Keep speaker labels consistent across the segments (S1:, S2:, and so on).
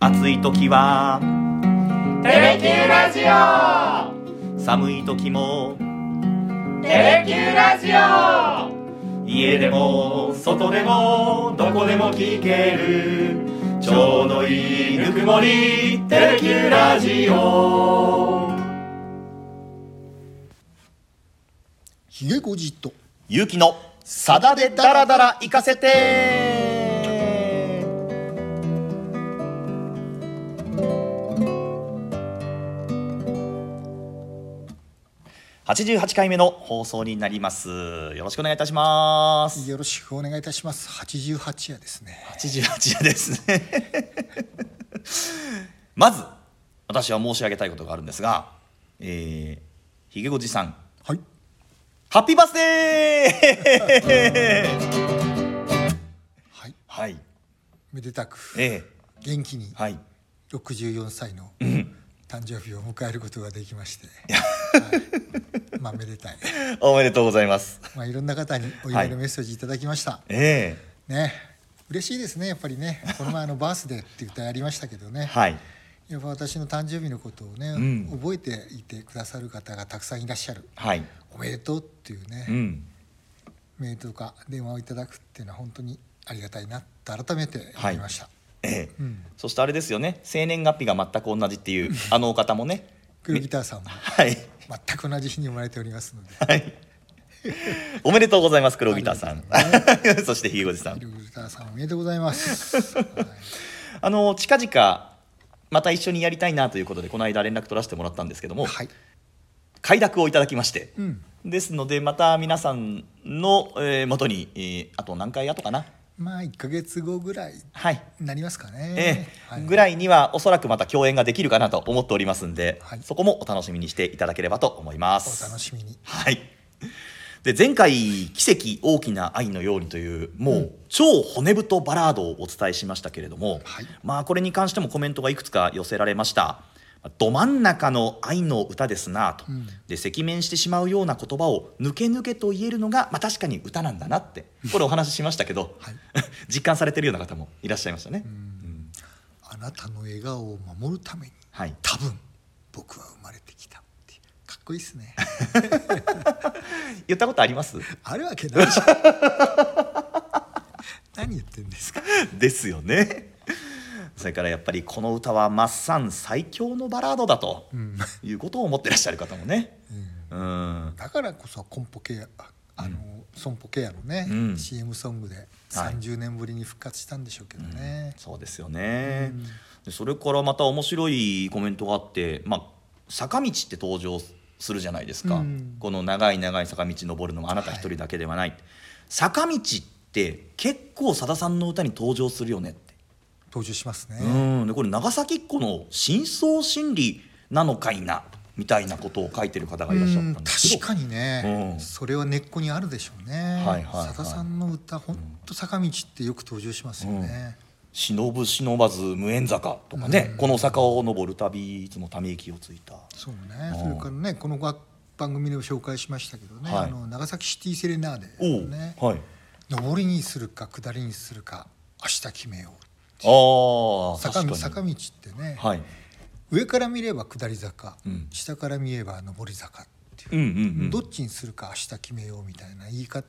S1: 暑い時は
S2: テレキューラジオ
S1: 寒い時も
S2: テレキューラジオ
S1: 家でも外でもどこでも聞けるちょうどいいぬくもりテレキューラジオ
S3: ひげごじっと
S1: ゆうきのさだでダラダラ行かせて88回目の放送になりますよろしくお願いいたします
S3: よろしくお願いいたします88夜ですね
S1: 88夜ですね まず私は申し上げたいことがあるんですが、えー、ひげごじさん
S3: はい
S1: ハッピーバースデー
S3: はい
S1: はい
S3: めでたく
S1: え
S3: 元気に
S1: えはい
S3: 64歳の誕生日を迎えることができまして、はいまあめでたい
S1: おめでとうございます
S3: まあいろんな方にお祝いのメッセージいただきました、
S1: え
S3: ね嬉しいですねやっぱりねこの前あのバースデーって歌やりましたけどね、
S1: えはい
S3: やっぱ私の誕生日のことをね、
S1: ん
S3: 覚えていてくださる方がたくさんいらっしゃる
S1: はい
S3: おめでとうっていうね、
S1: うん
S3: メールとか電話をいただくっていうのは本当にありがたいなって改めて
S1: はい
S3: 思いました、
S1: ええ
S3: うん、
S1: そしてあれですよね生年月日が全く同じっていうあのお方もね
S3: クルギターさんも
S1: はい
S3: 全く同じ日に生まれておりますので
S1: はいおめでとうございます黒ギターさん
S3: あり
S1: そしてひげごじさん
S3: クルギターさんおめでとうござ います、はい
S1: あの近々また一緒にやりたいなということでこの間連絡取らせてもらったんですけども、
S3: はい
S1: 快諾をいただきまして、
S3: うん
S1: ですのでまた皆さんの、えー元に、えーあと何回後かな
S3: まあ1か月後ぐらい
S1: はい、
S3: になりますかね、
S1: えー
S3: はい
S1: ぐらいにはおそらくまた共演ができるかなと思っておりますんで、
S3: はい
S1: そこもお楽しみにしていただければと思います。
S3: お楽しみに
S1: はいで前回「奇跡大きな愛のように」というもう超骨太バラードをお伝えしましたけれども、
S3: はい
S1: まあこれに関してもコメントがいくつか寄せられました「ど真ん中の愛の歌ですな」と、
S3: うん
S1: で赤面してしまうような言葉を抜け抜けと言えるのが、まあ、確かに歌なんだなってこれお話ししましたけど、
S3: はい
S1: 実感されてるような方もいらっしゃいましたね。うん
S3: あなたの笑顔を守るために
S1: はい、
S3: 多分僕は生まれてきたっていうかっこいいですね
S1: 言ったことあります
S3: あるわけな いじゃん何言ってんですか
S1: ですよね。それからやっぱりこの歌はマッサン最強のバラードだと、
S3: ん
S1: いうことを思ってらっしゃる方もね。うん
S3: だからこそコンポケアあの、ソンポケアのね、
S1: うん
S3: CM ソングで
S1: はい
S3: 30年ぶりに復活したんでしょうけどね、
S1: そうですよね、でそれからまた面白いコメントがあって、まあ、坂道って登場するじゃないですか、
S3: うん
S1: この長い長い坂道登るのもあなた一人だけではない、坂道って結構さださんの歌に登場するよねって、
S3: 登場しますね、
S1: うんでこれ長崎っ子の深層心理なのかいなみたいなことを書いてる方がいらっしゃった
S3: うん
S1: んですけ
S3: 確
S1: ど
S3: かにね、
S1: うん
S3: それは根っこにあるでしょうね
S1: はいはいはい
S3: さださんの歌ほんと坂道ってよく登場しますよね、
S1: 忍ぶ忍ばず無縁坂とかね、
S3: うん
S1: この坂を登るたびいつもため息をついた
S3: そうね、
S1: うん
S3: それからねこのが番組でも紹介しましたけどね、
S1: はい
S3: あの長崎シティセレナー
S1: お
S3: デ
S1: う、
S3: ね、
S1: はい
S3: 上りにするか下りにするか明日決めよ
S1: ああ
S3: う坂
S1: 確かに
S3: 坂道ってね、
S1: はい、
S3: 上から見れば下り坂、
S1: うん
S3: 下から見れば上り坂っていう、
S1: うんうんうん、
S3: どっちにするか明日決めようみたいな言い方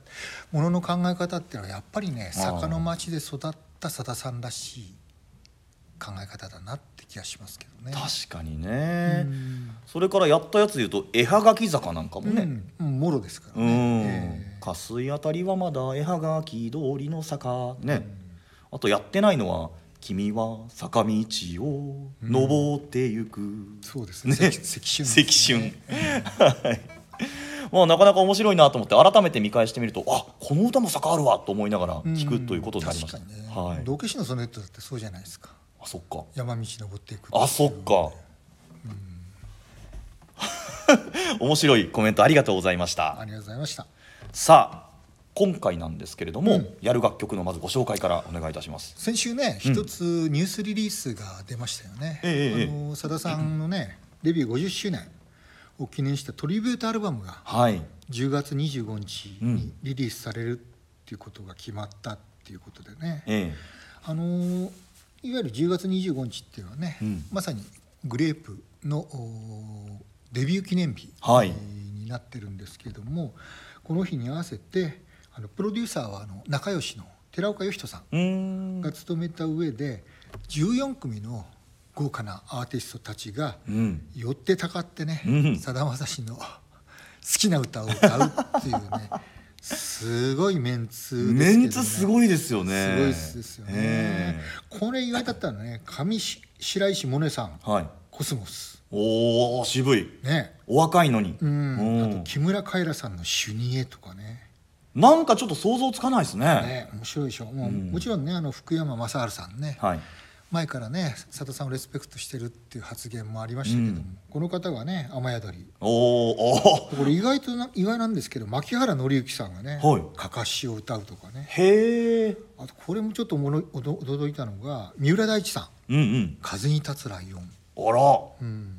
S3: ものの考え方っていうのはやっぱりね
S1: あー
S3: 坂の町で育ったさださんらしい考え方だなって気がしますけどね。
S1: 確かにね、
S3: うん
S1: それからやったやつ言うと絵はがき坂なんかもね、
S3: うんうんもろですから
S1: うん
S3: ね。え
S1: 加水あたりはまだ絵はがき通りの坂ね、あとやってないのは「君は坂道を登ってゆく」
S3: えそうですね。
S1: ね
S3: 関関春
S1: 関
S3: ですね
S1: 春はいまあなかなか面白いなと思って改めて見返してみるとあこの歌も坂あるわと思いながら聞くということになりました、
S3: うん確かにね
S1: はい
S3: 道化師のソネットだってそうじゃないですか。
S1: あそっか
S3: 山道登っていくていう
S1: あそっか。 面白いコメントありがとうございまし
S3: あ
S1: た。
S3: りがとうございました。
S1: さあ今回なんですけれども、
S3: うん
S1: やる楽曲のまずご紹介からお願いいたします。
S3: 先週ね
S1: うん
S3: 一つニュースリリースが出ましたよね、
S1: ええええ
S3: あのさださんのねデビュー50周年を記念したトリビュートアルバムが
S1: はい。
S3: 10月25日
S1: う
S3: に
S1: ん
S3: リリースされるっていうことが決まったっていうことでね、
S1: え
S3: あのーいわゆる10月25日っていうのはね、
S1: うん
S3: まさにグレープのおーデビュー記念日、
S1: はい
S3: えーになってるんですけれどもこの日に合わせてあのプロデューサーはあの仲良しの寺岡義人さん
S1: うーん
S3: が務めた上で14組の豪華なアーティストたちが
S1: うん
S3: 寄ってたかってね
S1: うん
S3: さだまさしの好きな歌を歌うっていうねすごいメンツですけ
S1: メ
S3: ど、ね、
S1: ンツすごいですよね
S3: すごいっすですよね、
S1: え
S3: これ意外だったのね上し白石萌音さん
S1: えはい
S3: コスモス
S1: おお渋い
S3: ね
S1: お若いのに
S3: うん
S1: う
S3: あ
S1: ん
S3: と木村カエラさんの「シュニエ」とかね
S1: なんかちょっと想像つかないですね
S3: ね面白いでしょもう、もちろんねあの福山雅治さんね、
S1: はい
S3: 前からね佐田さんをレスペクトしてるっていう発言もありましたけども、
S1: うん
S3: この方がね雨宿り
S1: おおお
S3: これ意外とな意外なんですけど牧原紀之さんがね
S1: はい
S3: かかしを歌うとかね
S1: へえ
S3: あとこれもちょっとおもろいおど驚いたのが三浦大知さん
S1: うんうん
S3: 「風に立つライオン」
S1: あら
S3: うん、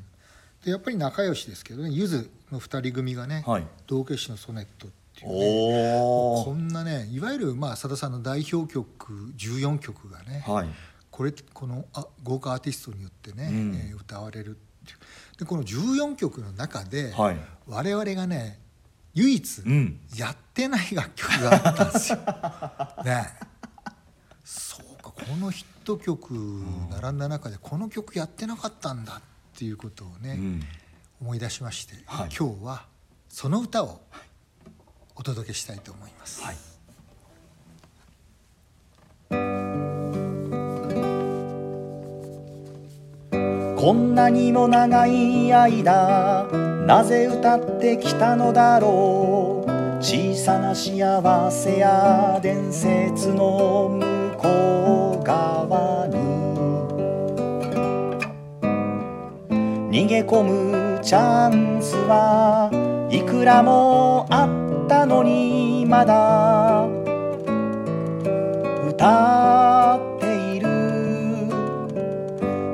S3: でやっぱり仲良しですけどねゆずの2人組がね「
S1: はい
S3: 道化師のソネット」っていうね
S1: お
S3: こ
S1: お
S3: んなねいわゆるまあさださんの代表曲14曲がね、
S1: はい
S3: これこのあ豪華アーティストによってね、
S1: うん
S3: えー歌われるっていうでこの14曲の中で、
S1: はい
S3: 我々がね唯一
S1: うん
S3: やってない楽曲があったんですよ。 ねえそうかこのヒット曲並んだ中でこの曲やってなかったんだっていうことをね、
S1: うん
S3: 思い出しまして、
S1: はい
S3: 今日はその歌をお届けしたいと思います。
S1: はいこんなにも長い間なぜ歌ってきたのだろう小さな幸せや伝説の向こう側に逃げ込むチャンスはいくらもあったのにまだ歌っている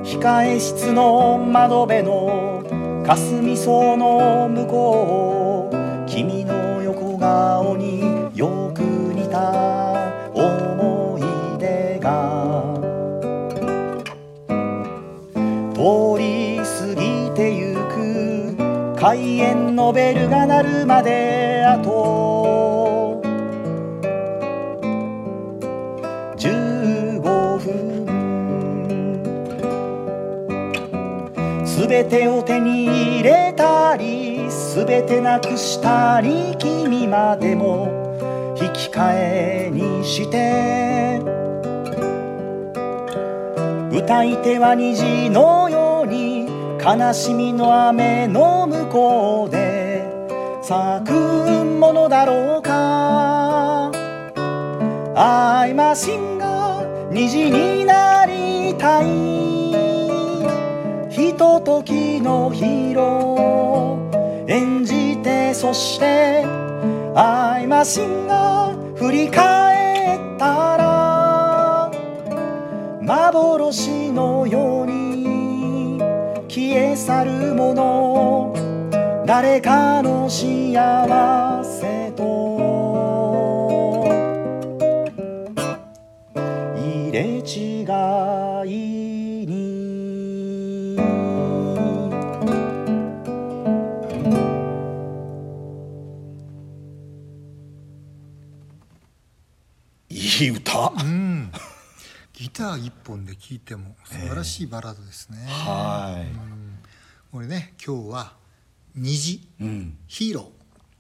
S1: 控え室の窓辺の霞草の向こう君の横顔によく似た思い出が通り過ぎてゆく開園のベルが鳴るまであと15分すべてを手に入れたりすべてなくしたり君までも引き換えにして歌い手は虹のように悲しみの雨の向こうで咲くものだろうか愛マシンが虹になりたいひとときのヒーロー演じてそしてアイマシンが振り返ったら幻のように消え去るもの誰かの幸せと入れ違いにいい歌
S3: うん、ギター一本で聴いても素晴らしいバラードですね。
S1: は
S3: これね今日は「虹
S1: い、うん
S3: ヒーロー」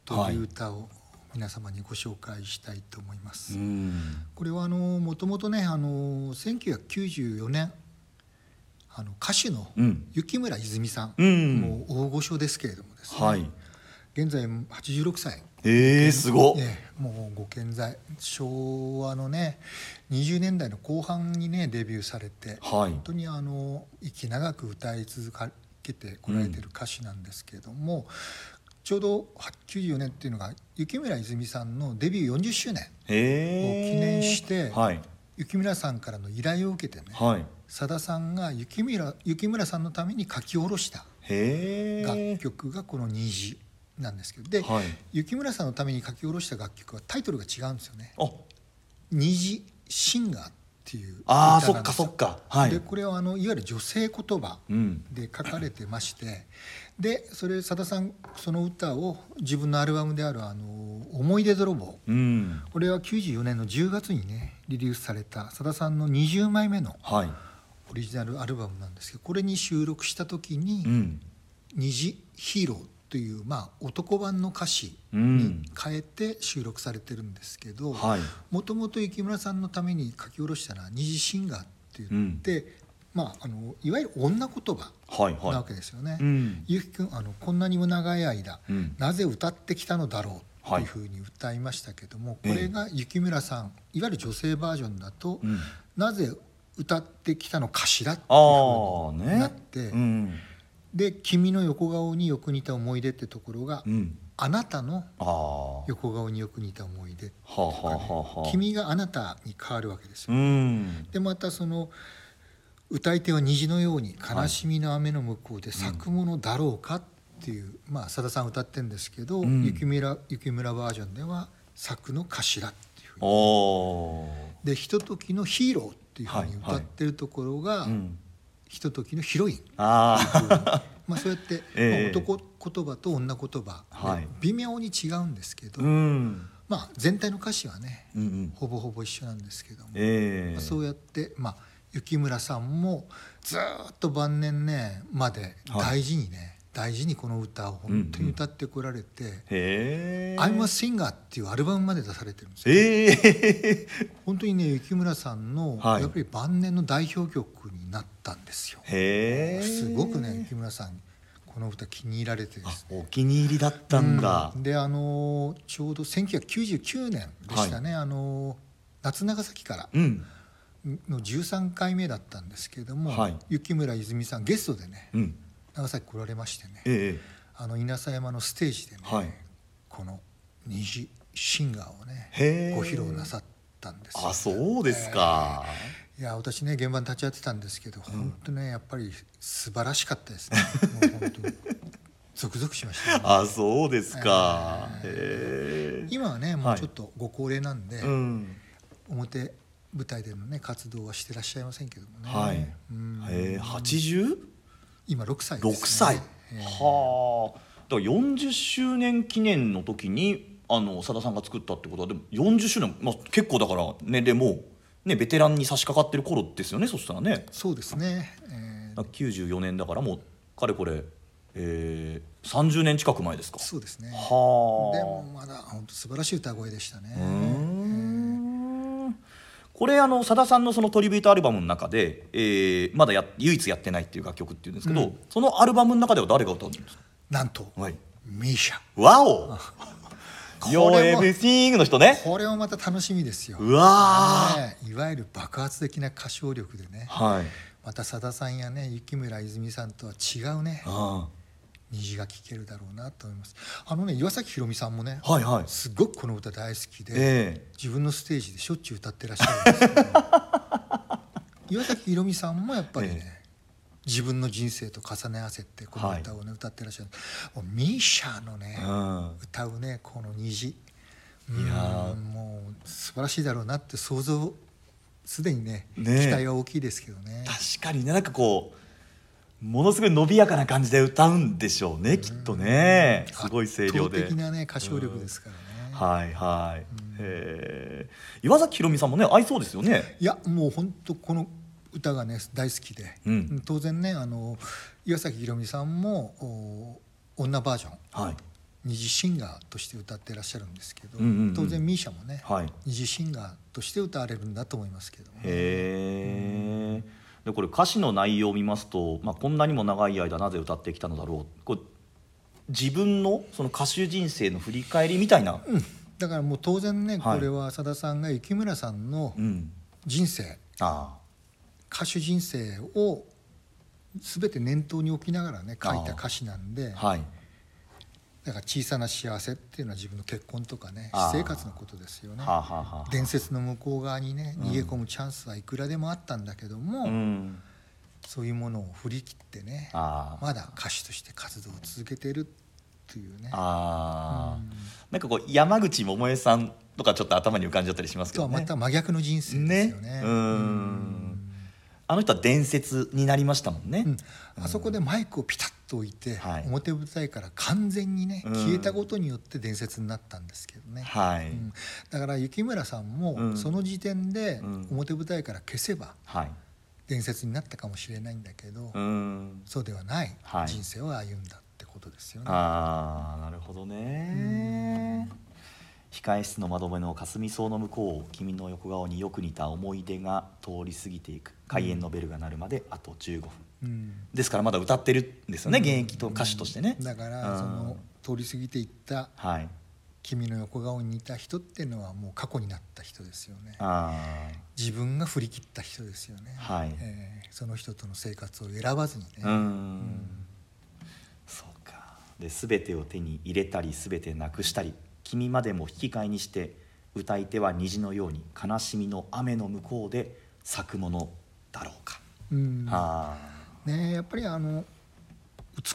S3: と
S1: はいいう
S3: 歌を皆様にご紹介したいと思います。
S1: うん、
S3: これはあのもともとねあの1994年あの歌手の
S1: うん
S3: 雪村いずみさん、
S1: うん
S3: もう大御所ですけれどもですね、
S1: はい
S3: 現在86歳、
S1: えー、すごっ、
S3: ね、もうご健在昭和のね20年代の後半にねデビューされて
S1: はい
S3: 本当にあの息長く歌い続けてこられてる歌手なんですけれども、ちょうど94年っていうのが雪村いずみさんのデビュー40周年
S1: えー、
S3: を記念して
S1: はい
S3: 雪村さんからの依頼を受けてね
S1: はい
S3: さださんが雪村雪村さんのために書き下ろした
S1: へえ
S3: 楽曲がこの「虹」なんですけどで、
S1: はい
S3: 雪村さんのために書き下ろした楽曲はタイトルが違うんですよね
S1: あ
S3: 「虹シンガー」っっていう
S1: ああ
S3: 歌
S1: そ
S3: なん
S1: っ
S3: で
S1: か
S3: すよ
S1: そっかはい
S3: でこれはあのいわゆる女性言葉
S1: うん
S3: で書かれてましてでそれさださんその歌を自分のアルバムである「あの思い出泥棒
S1: うん」
S3: これは94年の10月にねリリースされたさださんの20枚目の
S1: はい
S3: オリジナルアルバムなんですけどこれに収録した時に
S1: う
S3: 「
S1: ん
S3: 虹ヒーロー」という、まあ、男版の歌詞
S1: うん
S3: 変えて収録されてるんですけど
S1: はい
S3: もともと雪村さんのために書き下ろしたのは「虹シンガー」って言って、まあ、あのいわゆる女言葉
S1: はい
S3: なわ
S1: は
S3: けですよね。
S1: いうん
S3: ゆうきくんあのこんなにも長い間、
S1: うん
S3: なぜ歌ってきたのだろうと
S1: はい
S3: いうふうに歌いましたけども、これが雪村さんいわゆる女性バージョンだと、
S1: うん
S3: なぜ歌ってきたのかしらっていう
S1: あ
S3: ふ
S1: あ
S3: う
S1: ね
S3: になって、
S1: うん
S3: で「君の横顔によく似た思い出」ってところが、
S1: うん
S3: あなたの
S1: ああは
S3: 横顔によく似た思い出」
S1: あはあはあはあ
S3: 君があなたに変わるわけですよ。
S1: うん
S3: でまたその歌い手は虹のように悲しみの雨の向こうで咲くものだろうかっていう、まあさださん歌ってるんですけど、
S1: うん
S3: 雪村雪村バージョンでは咲くの頭っていうふう
S1: お
S3: に
S1: お
S3: でひとときのヒーローっていうふうに歌ってるところが、
S1: ーうん
S3: ひとときのヒロイン
S1: ああ
S3: まあそうやって、
S1: ええ
S3: まあ男言葉と女言葉
S1: は
S3: で
S1: い
S3: 微妙に違うんですけ ど、
S1: うん
S3: まあ全体の歌詞はね
S1: うんうん
S3: ほぼほぼ一緒なんですけども。
S1: ええ
S3: そうやって、まあ、雪村さんもずーっと晩年ねまで大事にね、大事にこの歌を本当に歌ってこられて
S1: へえ
S3: 「I'm a singer」っていうアルバムまで出されてるんですよ。
S1: ええ
S3: 本当にね雪村さんの
S1: はい
S3: やっぱり晩年の代表曲になったんですよ。
S1: へえ
S3: すごくね雪村さんこの歌気に入られてです
S1: あ
S3: ね
S1: お気に入りだったんだ
S3: うんであのーちょうど1999年でしたね、あのー夏長崎から
S1: うん
S3: の13回目だったんですけれども、
S1: はい
S3: 雪村いずみさんゲストでね
S1: うん
S3: 長崎来られましてね
S1: ええ
S3: あの稲佐山のステージでね、
S1: はい
S3: この虹シンガーを
S1: へ
S3: ね
S1: え
S3: ご披露なさったんですよ
S1: あそうですか
S3: いや私ね現場に立ち会ってたんですけど本当ねやっぱり素晴らしかったですね もう本当ゾクゾクしましたね、
S1: あそうですかへえ
S3: 今はねもうちょっとご高齢なんで、
S1: うん
S3: 表舞台でのね活動はしてらっしゃいませんけどもね、
S1: はいへ
S3: うん
S1: え 86?
S3: 今6歳で
S1: 6
S3: す、ね、
S1: 歳
S3: ええ
S1: はあだから40周年記念の時にあのさださんが作ったってことはでも40周年、まあ、結構だから年齢もうねベテランに差し掛かってる頃ですよねそしたらね
S3: そうですね、えー
S1: 94年だからもうかれこれ、えー、30年近く前ですか
S3: そうですね
S1: はあ
S3: でもまだ本当素晴らしい歌声でしたね
S1: うーんこれあのさださんのそのトリビュートアルバムの中で、えーまだや唯一やってないっていう楽曲っていうんですけど、そのアルバムの中では誰が歌うんですか
S3: なんと、
S1: はい
S3: ミーシャ
S1: わお
S3: こ
S1: Yo
S3: れも
S1: Everything の人ね
S3: これもまた楽しみですよ
S1: うわー
S3: ねえいわゆる爆発的な歌唱力でね
S1: はい
S3: またさださんやね雪村いずみさんとは違うね
S1: あ
S3: 虹が聴けるだろうなと思いますあのね岩崎宏美さんもね
S1: あはいはい
S3: すごくこの歌大好きで、
S1: ええ
S3: 自分のステージでしょっちゅう歌ってらっしゃるんですけど岩崎宏美さんもやっぱりね、
S1: え
S3: 自分の人生と重ね合わせてこの歌をね、歌ってらっしゃるもうミーシャのね、
S1: うん
S3: 歌うねこの虹
S1: いやー
S3: うんもう素晴らしいだろうなって想像すでにね
S1: ねえ
S3: 期待は大きいですけどね
S1: 確かにねなんかこうものすごい伸びやかな感じで歌うんでしょうねきっとねすごい声量
S3: 圧
S1: で
S3: 倒的なね歌唱力ですからね、
S1: はいはい、ええ岩崎宏美さんもね合いそうですよね
S3: いやもう本当この歌がね大好きで、
S1: うん
S3: 当然ねあの岩崎宏美さんもお女バージョン
S1: はい
S3: 二次シンガーとして歌ってらっしゃるんですけど、
S1: うんうんうん
S3: 当然ミーシャもね、
S1: はい
S3: 二次シンガーとして歌われるんだと思いますけども
S1: へえでこれ歌詞の内容を見ますと、まあ、こんなにも長い間なぜ歌ってきたのだろうこれ自分のその歌手人生の振り返りみたいな、うん
S3: だからもう当然ね
S1: はい
S3: これはさださんが雪村さんの人生、
S1: あ
S3: 歌手人生を全て念頭に置きながらね書いた歌詞なんで
S1: あはい
S3: だから小さな幸せっていうのは自分の結婚とかね
S1: あー
S3: 私生活のことですよね。
S1: はあ、はあはあ
S3: 伝説の向こう側にね逃げ込むチャンスはいくらでもあったんだけども、
S1: うん、
S3: そういうものを振り切ってね
S1: ああ
S3: まだ歌手として活動を続けてるっていうね
S4: ああ、なんかこう山口百恵さんとかちょっと頭に浮かんじゃったりしますけ
S3: と
S4: ど
S3: は
S4: ね
S3: また真逆の人生ですよね
S4: うーんあの人は伝説になりましたもんね、
S3: うんあそこでマイクをピタッと置いて、
S4: はい
S3: 表舞台から完全にね
S4: うん
S3: 消えたことによって伝説になったんですけどね、
S4: はい、
S3: うんだから雪村さんも、
S4: うん
S3: その時点で
S4: うん
S3: 表舞台から消せば
S4: はい
S3: 伝説になったかもしれないんだけど、
S4: うーん
S3: そうではない
S4: はい
S3: 人生を歩んだってことですよね。
S4: ああなるほどね控室の窓辺の霞草の向こう君の横顔によく似た思い出が通り過ぎていく開演のベルが鳴るまであと15分
S3: うん
S4: ですからまだ歌ってるんですよね、現役と歌手としてね、
S3: だか
S4: う
S3: ら
S4: ん
S3: その通り過ぎていった
S4: はい
S3: 君の横顔に似た人っていうのはもう過去になった人ですよね
S4: あ
S3: 自分が振り切った人ですよね、
S4: はい
S3: えーその人との生活を選ばずにね、
S4: ーうーんそうかで全てを手に入れたり全てなくしたり君までも引き換えにして歌い手は虹のように悲しみの雨の向こうで咲くものだろうか、
S3: うん
S4: あ
S3: ねやっぱりあの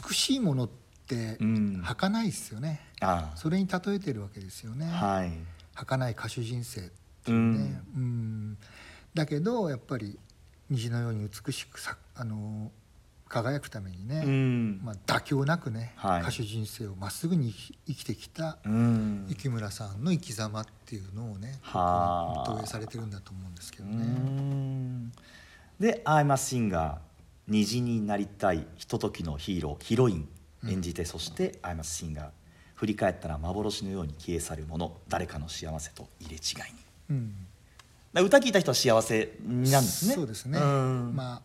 S3: 美しいものって
S4: うん
S3: 儚いですよね、
S4: ーあー
S3: それに例えてるわけですよね、
S4: はい
S3: 儚い歌手人生っ
S4: う
S3: ていうね、
S4: ん
S3: うんだけどやっぱり虹のように美しくさあの輝くためにね、
S4: うん、
S3: まあ、妥協なくね、
S4: はい
S3: 歌手人生をまっすぐに生き生きてきた
S4: うん
S3: 雪村さんの生き様っていうのをね、
S4: はあ
S3: 投影されてるんだと思うんですけ
S4: う
S3: ど
S4: ー
S3: ね。
S4: んで「アイマシンガー虹になりたいひとときのヒーローヒロイン」演じて、そして「アイマシンガー振り返ったら幻のように消え去るもの誰かの幸せと入れ違いに
S3: うん、」
S4: だ歌聞いた人は幸せなんですね
S3: そうですね。
S4: うん
S3: まあ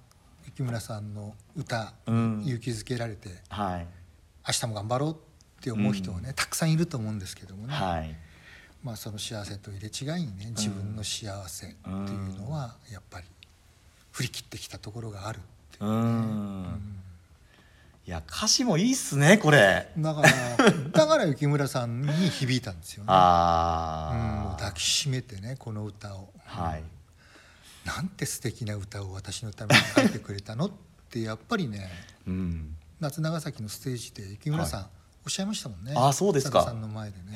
S3: 雪村さんの歌、
S4: うん
S3: 勇気づけられて
S4: はい
S3: 明日も頑張ろうって思う人はね、たくさんいると思うんですけどもね。
S4: はい
S3: まあその幸せと入れ違いにね、自分の幸せっていうのはやっぱり振り切ってきたところがあるっていう
S4: うーんいや歌詞もいいっすねこれ
S3: だから だから雪村さんに響いたんですよね。うんもう
S4: ああ、
S3: 抱きしめてねこの歌を
S4: はい
S3: なんて素敵な歌を私のために書いてくれたのってやっぱりね
S4: うん
S3: 夏長崎のステージで雪村さん、
S4: は
S3: おっしゃいましたもんね
S4: あそうですか
S3: 佐田さんの前でね
S4: へ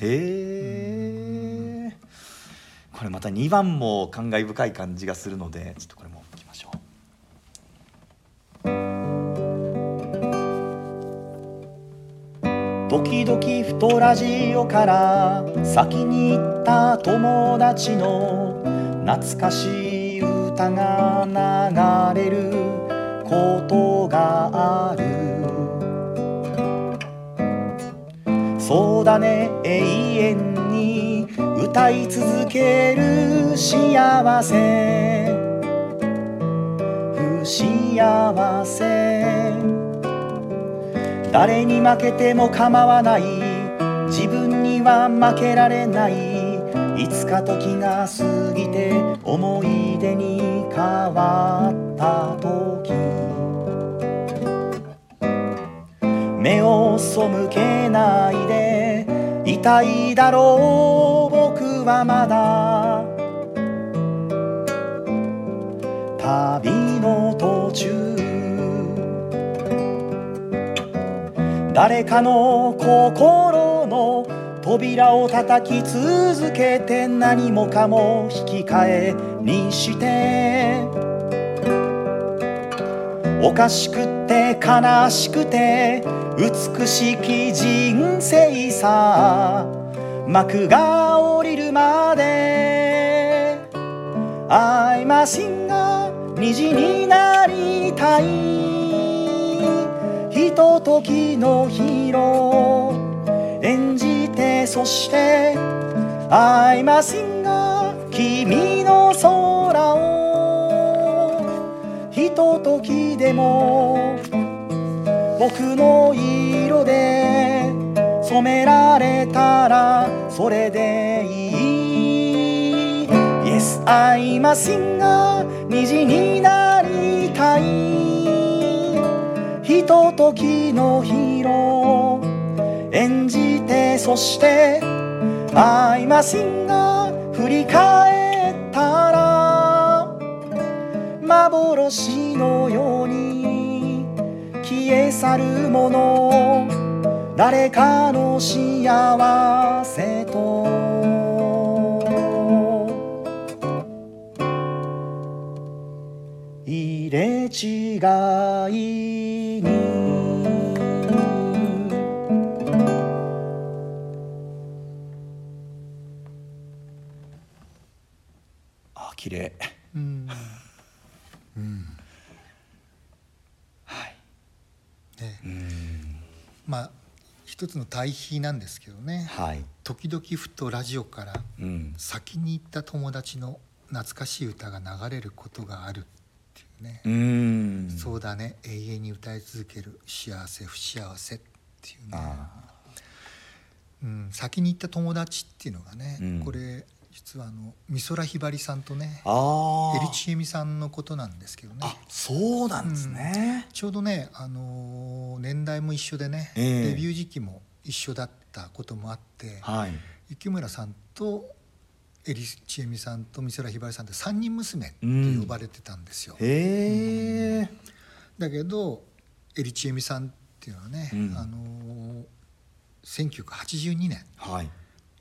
S4: えこれまた2番も感慨深い感じがするのでちょっとこれもいきましょう
S1: 時々ふとラジオから先に行った友達の懐かしい歌が流れることがあるそうだね永遠に歌い続ける幸せ不幸せ誰に負けても構わない自分には負けられないいつか時が過ぎて思い出に変わった時目を背けないでいたいだろう僕はまだ旅の途中誰かの心の扉を叩き続けて何もかも引き換えにしておかしくて悲しくて美しき人生さ幕が降りるまでアイマシンが虹になりたいひとときのヒーロー演じてそしてアイマシンが君の空をひとときでも僕の色で染められたらそれでいい Yes, I'm a singer 虹になりたいひとときのヒーロー演じてそして I'm a singer 振り返ったら幻のように消え去るもの
S5: 誰かの幸せと入れ違いに
S1: あ綺麗
S3: うん
S1: はい
S3: ね
S1: うん
S3: まあ一つの対比なんですけどね
S1: はい
S3: 時々ふとラジオから
S1: うん
S3: 先に行った友達の懐かしい歌が流れることがあるっていうね、
S1: うん
S3: そうだね永遠に歌い続ける幸せ不幸せっていうね、
S1: あ
S3: うん、先に行った友達っていうのがね、
S1: うん
S3: これ実はあの美空ひばりさんとね
S1: ーあ
S3: エ
S1: ー
S3: リチエミさんのことなんですけどね
S1: あそうなんですね、
S3: ちょうどね、あのー年代も一緒でね、
S1: ええ
S3: デビュー時期も一緒だったこともあって
S1: はい
S3: 雪村さんとエリチエミさんと美空ひばりさんって3人娘って呼ばれてたんですよ。
S1: へえ
S3: だけどエリチエミさんっていうのはね、
S1: うん
S3: あのー1982年
S1: はい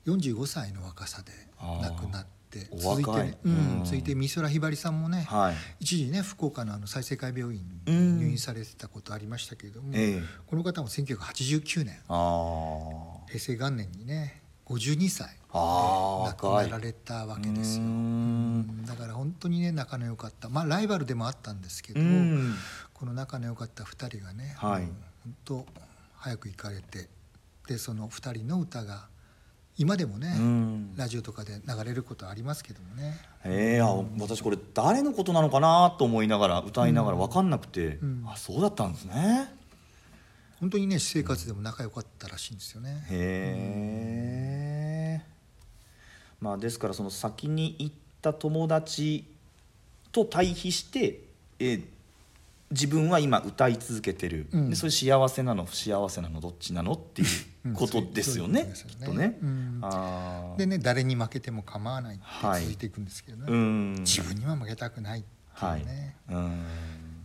S3: 45歳の若さで亡くなって
S1: あー
S3: 続いて
S1: お若
S3: ね
S1: い、
S3: うん
S1: うん
S3: 続いて美空ひばりさんもね、
S1: はい
S3: 一時ね福岡のあの再生会病院
S1: うん
S3: に入院されてたことありましたけれども、
S1: ええ
S3: この方も1989年
S1: あー
S3: 平成元年にね52歳
S1: あ
S3: 亡
S1: ー
S3: くなられたわけですよ
S1: うーん
S3: だから本当にね仲の良かったまあライバルでもあったんですけど、
S1: うん
S3: この仲の良かった2人がね、
S1: はい
S3: もう本当早く行かれてでその2人の歌が今でもね、
S1: うん
S3: ラジオとかで流れることありますけどもね、
S1: えー、あ私これ誰のことなのかなと思いながら歌いながら分かんなくて、
S3: うん
S1: あそうだったんですね
S3: 本当にね私生活でも仲良かったらしいんですよね。
S1: へえ、まあ、ですからその先に行った友達と対比して、えー自分は今歌い続けてる、
S3: うん
S1: でそれ幸せなの不幸せなのどっちなのっていうことですよね、
S3: うんそう
S1: き
S3: いう
S1: っ
S3: こ
S1: と
S3: とですよ
S1: ね
S3: ね。うん
S1: あー
S3: でね誰に負けても構わないって
S1: はい
S3: 続いていくんですけどね、
S1: うん
S3: 自分には負けたくないって
S1: はいいう
S3: ね、
S1: うん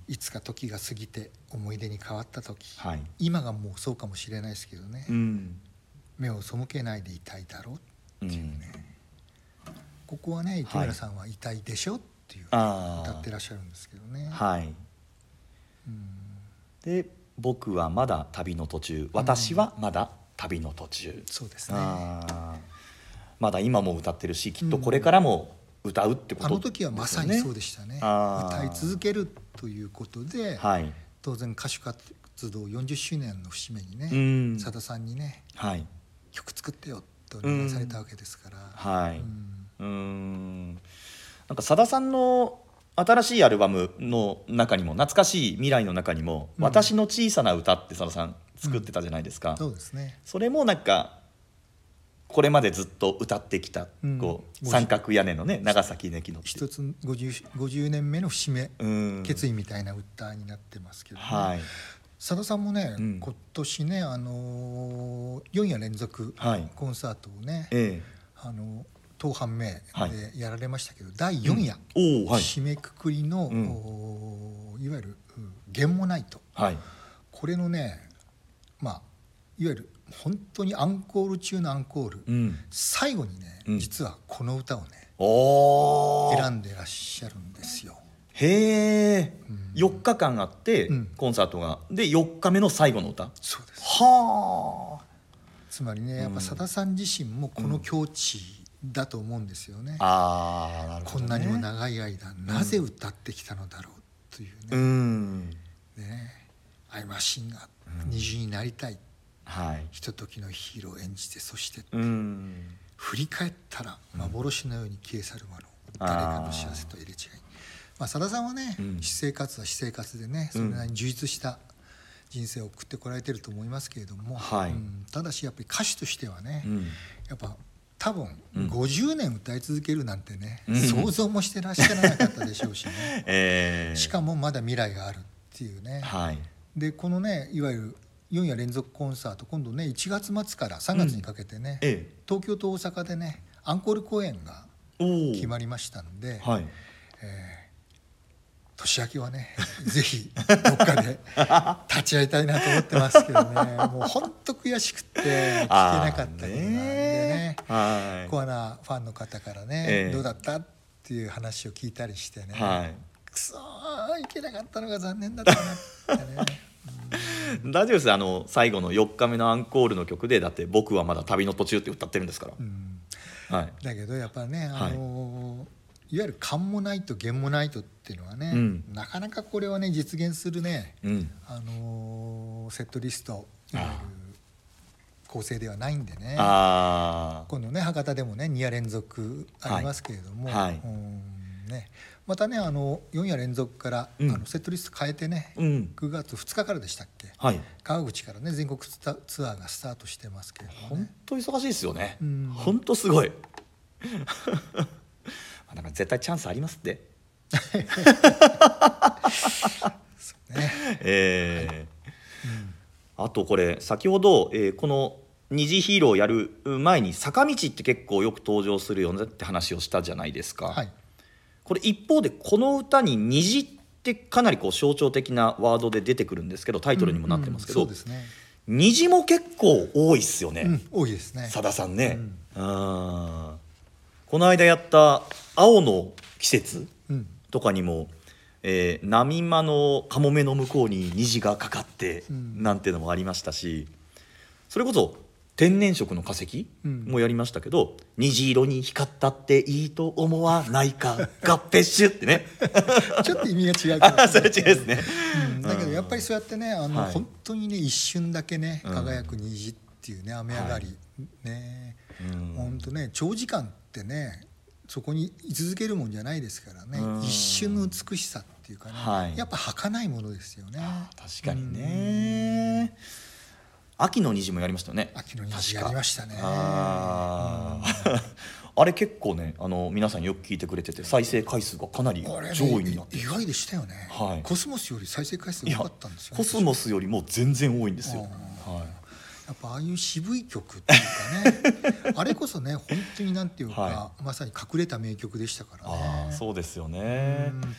S3: い、つか時が過ぎて思い出に変わった時、
S1: はい
S3: 今がもうそうかもしれないですけどね、
S1: うん
S3: 目を背けないでいたいだろう
S1: うん
S3: ここはね池村さんは「痛いでしょ」っていう
S1: あー
S3: 歌ってらっしゃるんですけどね、
S1: はい
S3: うん
S1: で僕はまだ旅の途中私はまだ旅の途中、
S3: そうですねあ
S1: あーまだ今も歌ってるしきっとこれからも歌うってこと、
S3: の時はまさにそうで
S1: し
S3: したね
S1: あー
S3: 歌い続けるということで、
S1: はい
S3: 当然歌手活動40周年の節目にね
S1: うん
S3: さだ、さんにね
S1: はい
S3: 曲作ってよってお願いされたわけですから、
S1: はい
S3: うん
S1: うーんなんかさださんの新しいアルバムの中にも懐かしい未来の中にも「
S3: うん
S1: 私の小さな歌」ってさださん作ってたじゃないですか、
S3: そうですね
S1: それもなんかこれまでずっと歌ってきた、
S3: うん
S1: こう三角屋根のね長崎ねきのっていう
S3: 一つ 50, 50年目の節目、
S1: うん
S3: 決意みたいな歌になってますけど、ね
S1: はい
S3: さださんもね、
S1: うん
S3: 今年ね、あのー、4夜連続
S1: はい
S3: コンサートをね、
S1: え
S3: あの当半名
S1: はい
S3: でやられましたけど、第4夜、
S1: えおおはい
S3: 締めくくりの、
S1: うん
S3: おーいわゆるうん「ゲンモナイト
S1: はい」
S3: これのねまあいわゆる本当にアンコール中のアンコール、
S1: うん
S3: 最後にね、
S1: うん
S3: 実はこの歌をね
S1: おお
S3: 選んでらっしゃるんですよ。
S1: へえ、
S3: ん
S1: 4日間あって、
S3: うん
S1: コンサートがで4日目の最後の歌
S3: そうです
S1: は
S3: つまりねやっぱさださん自身もこの境地だと思うんですよね。
S1: ああーなるほ
S3: こ
S1: ど、ね、
S3: んなにも長い間なぜ歌ってきたのだろうという
S1: う
S3: ね,、
S1: ん
S3: ねアイマシンが虹になりたい、
S1: はい
S3: ひとときのヒーローを演じてそして
S1: うん
S3: 振り返ったら幻のように消え去るもの、
S1: あー
S3: 誰かの幸せと入れ違いまあさださんはね、
S1: うん
S3: 私生活は私生活でねそれなりに充実した人生を送ってこられてると思いますけれども、
S1: はい
S3: うんただしやっぱり歌手としてはね、
S1: うん
S3: やっぱ多分
S1: うん
S3: 50年歌い続けるなんてね、
S1: うん
S3: 想像もしてらっしゃらなかったでしょうしね
S1: えー、
S3: しかもまだ未来があるっていうね、
S1: はい
S3: でこのねいわゆる4夜連続コンサート今度ね1月末から3月にかけてね、
S1: え
S3: 東京と大阪でねアンコール公演が
S1: えおお
S3: 決まりましたんで、
S1: はい
S3: えー年明けはね ぜひどっ かで立ち会いたいなと思ってますけどねもう本当悔しくって聞けなかったことなんでね
S1: はい
S3: コアなファンの方からね、
S1: ええ
S3: どうだったっていう話を聞いたりしてね、
S1: はい
S3: くそーいけなかったのが残念だっ たなってね
S1: 大丈夫ですあの最後の4日目のアンコールの曲でだって「僕はまだ旅の途中」って歌ってるんですか
S3: うん
S1: ら、はい
S3: だけどやっぱね、あのーい、わゆる勘もないと弦もないとっていうのはね、
S1: うん
S3: なかなかこれはね実現するね、
S1: うん、
S3: あのーセットリストい
S1: あー
S3: わゆる構成ではないんでね
S1: ああ
S3: 今度ね博多でもね2夜連続ありますけれども、
S1: はいはい
S3: うんね、またねあの4夜連続から、
S1: うん
S3: あのセットリスト変えてね、
S1: うん
S3: 9月2日からでしたっけ
S1: はい
S3: 川口からね全国ツタツアーがスタートしてますけれども
S1: 本
S3: ね
S1: 当忙しいですよね
S3: うん
S1: 本当すごい まあだから絶対チャンスありますって
S3: ね
S1: えーあとこれ先ほど、えーこの二次ヒーローをやる前に坂道って結構よく登場するよねって話をしたじゃないですか、
S3: はい
S1: これ一方でこの歌に「虹」ってかなりこう象徴的なワードで出てくるんですけどタイトルにもなってますけど、
S3: うんうんそうですね、
S1: 虹も結構多いっすよね、
S3: うん、多いですね
S1: さださんね、うんこの間やった「青の季節
S3: うん」
S1: とかにも、えー波間のカモメの向こうに虹がかかって
S3: うん
S1: なんてのもありましたしそれこそ天然色の化石
S3: うん
S1: もやりましたけど、虹色に光ったっていいと思わないか合併シュってね
S3: ちょっと意味が違うけど
S1: あ それ違いですね、
S3: うんだけどやっぱりそうやってねあの、
S1: はい
S3: 本当にね一瞬だけね
S1: うん
S3: 輝く虹っていうね雨上がり、ね
S1: うん
S3: 本当ね長時間ってねそこに居続けるもんじゃないですからね、
S1: うん
S3: 一瞬の美しさっていうかね、
S1: はい
S3: やっぱ儚いものですよね
S1: 確かにね、秋の虹もやりましたよね
S3: 秋の虹
S1: 確
S3: や
S1: か
S3: りましたね
S1: あー あれ結構ねあの皆さんよく聞いてくれてて再生回数がかなり
S3: あれね
S1: 上位になって
S3: 意
S1: る
S3: 外でしたよね、
S1: はい
S3: コスモスより再生回数
S1: い
S3: 多
S1: や
S3: かったんですよね
S1: コスモスよりも全然多いんですよ、
S3: あ
S1: はい、
S3: やっぱああいう渋い曲ってい うかねあれこそね本当になんていうか、
S1: は
S3: まさに隠れた名曲でしたから
S1: あ
S3: ね
S1: あそうですよね
S3: うん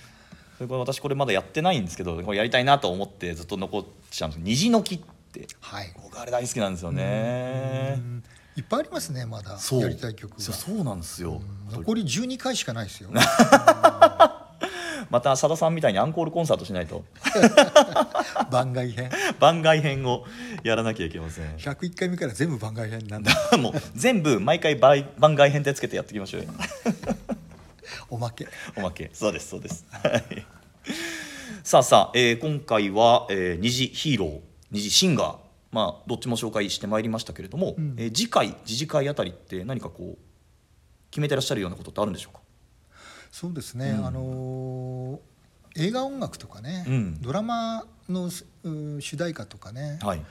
S1: それから私これまだやってないんですけどこれやりたいなと思ってずっと残っちゃうんです虹の木って
S3: はい
S1: 僕あれ大好きなんですよね
S3: うんいっぱいありますねまだ
S1: そう
S3: やりたい曲が
S1: そうそうなんですよあと
S3: 残り12回しかない ですよ
S1: またさださんみたいにアンコールコンサートしないと
S3: 番外編
S1: 番外編をやらなきゃいけま せん
S3: 101回目から全部番外編 なんだ
S1: もう全部毎回番番外編でつけてやっていきましょうよ
S3: おまけ
S1: おまけ そうですそうですはいさあさあ、えー今回は、えー、虹ヒーロー虹シンガーまあどっちも紹介してまいりましたけれども、
S3: うん
S1: えー次回次次回あたりって何かこう決めてらっしゃるようなことってあるんでしょうか
S3: そうですね、
S1: うん
S3: あのー映画音楽とかね、
S1: うん
S3: ドラマのすうん主題歌とかね、
S1: はい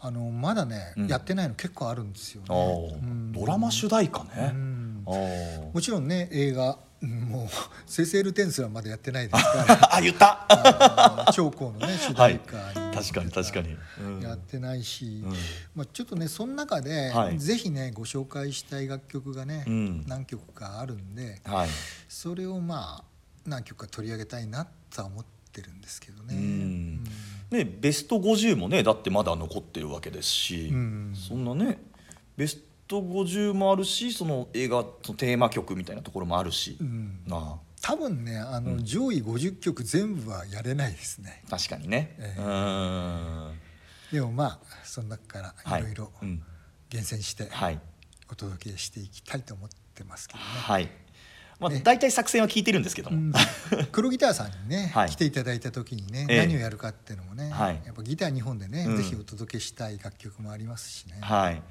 S3: あのまだね、
S1: うん
S3: やってないの結構あるんですよ
S1: あ
S3: ね
S1: ー、
S3: うん
S1: ドラマ主題歌ね、
S3: うん
S1: あー
S3: もちろんね映画うんもう 「セセルテンス」はまだやってないですか ら
S1: あ言った
S3: あの長江のね主題歌に
S1: 確かに確かに、うん
S3: やってないし、
S1: うん
S3: まあ、ちょっとねその中で、
S1: はい
S3: ぜひねご紹介したい楽曲がね、
S1: うん
S3: 何曲かあるんで
S1: はい
S3: それをまあ何曲か取り上げたいなとは思ってるんですけどね。
S1: うんね、ベスト50もねだってまだ残ってるわけですし、
S3: うん
S1: そんなねベスト50もあるしその映画のテーマ曲みたいなところもあるし、
S3: うん
S1: な
S3: 多分ねあの、上位50曲全部はやれないですね
S1: あ確かにね、
S3: ええ
S1: うーん
S3: でもまあその中から
S1: はい
S3: いろいろ
S1: うん
S3: 厳選して
S1: はい
S3: お届けしていきたいと思ってます けどね、
S1: はい、まあ、
S3: ね
S1: 大体作戦は聞いてるんですけども、
S3: うん黒ギターさんにね、
S1: はい
S3: 来ていただいた時にね、
S1: ええ
S3: 何をやるかっていうのもね、
S1: はい
S3: やっぱギター2本でね、
S1: うん
S3: ぜひお届けしたい楽曲もありますしね、
S1: はい、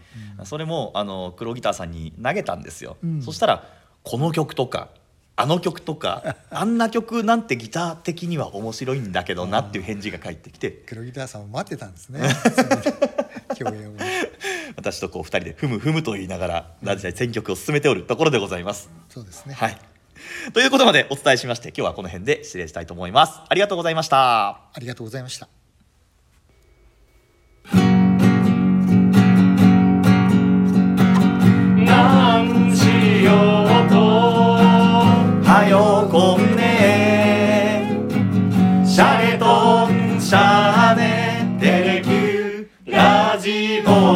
S1: それもあの黒ギターさんに投げたんですよ、
S3: うん
S1: そしたらこの曲とかあの曲と かあんな曲なんてギター的には面白いんだけどなっていう返事が返ってきて
S3: 黒ギターさんを待ってた んですねその 共演を
S1: 私とこう2人で「ふむふむ」と言いながらラジオで選曲を進めておるところでございます。
S3: そうですね、
S1: はい、ということまでお伝えしまして今日はこの辺で失礼したいと思います。ありがとうございました
S3: ありがとうございました
S6: なんしようと
S1: はよこんねテレキューラジオ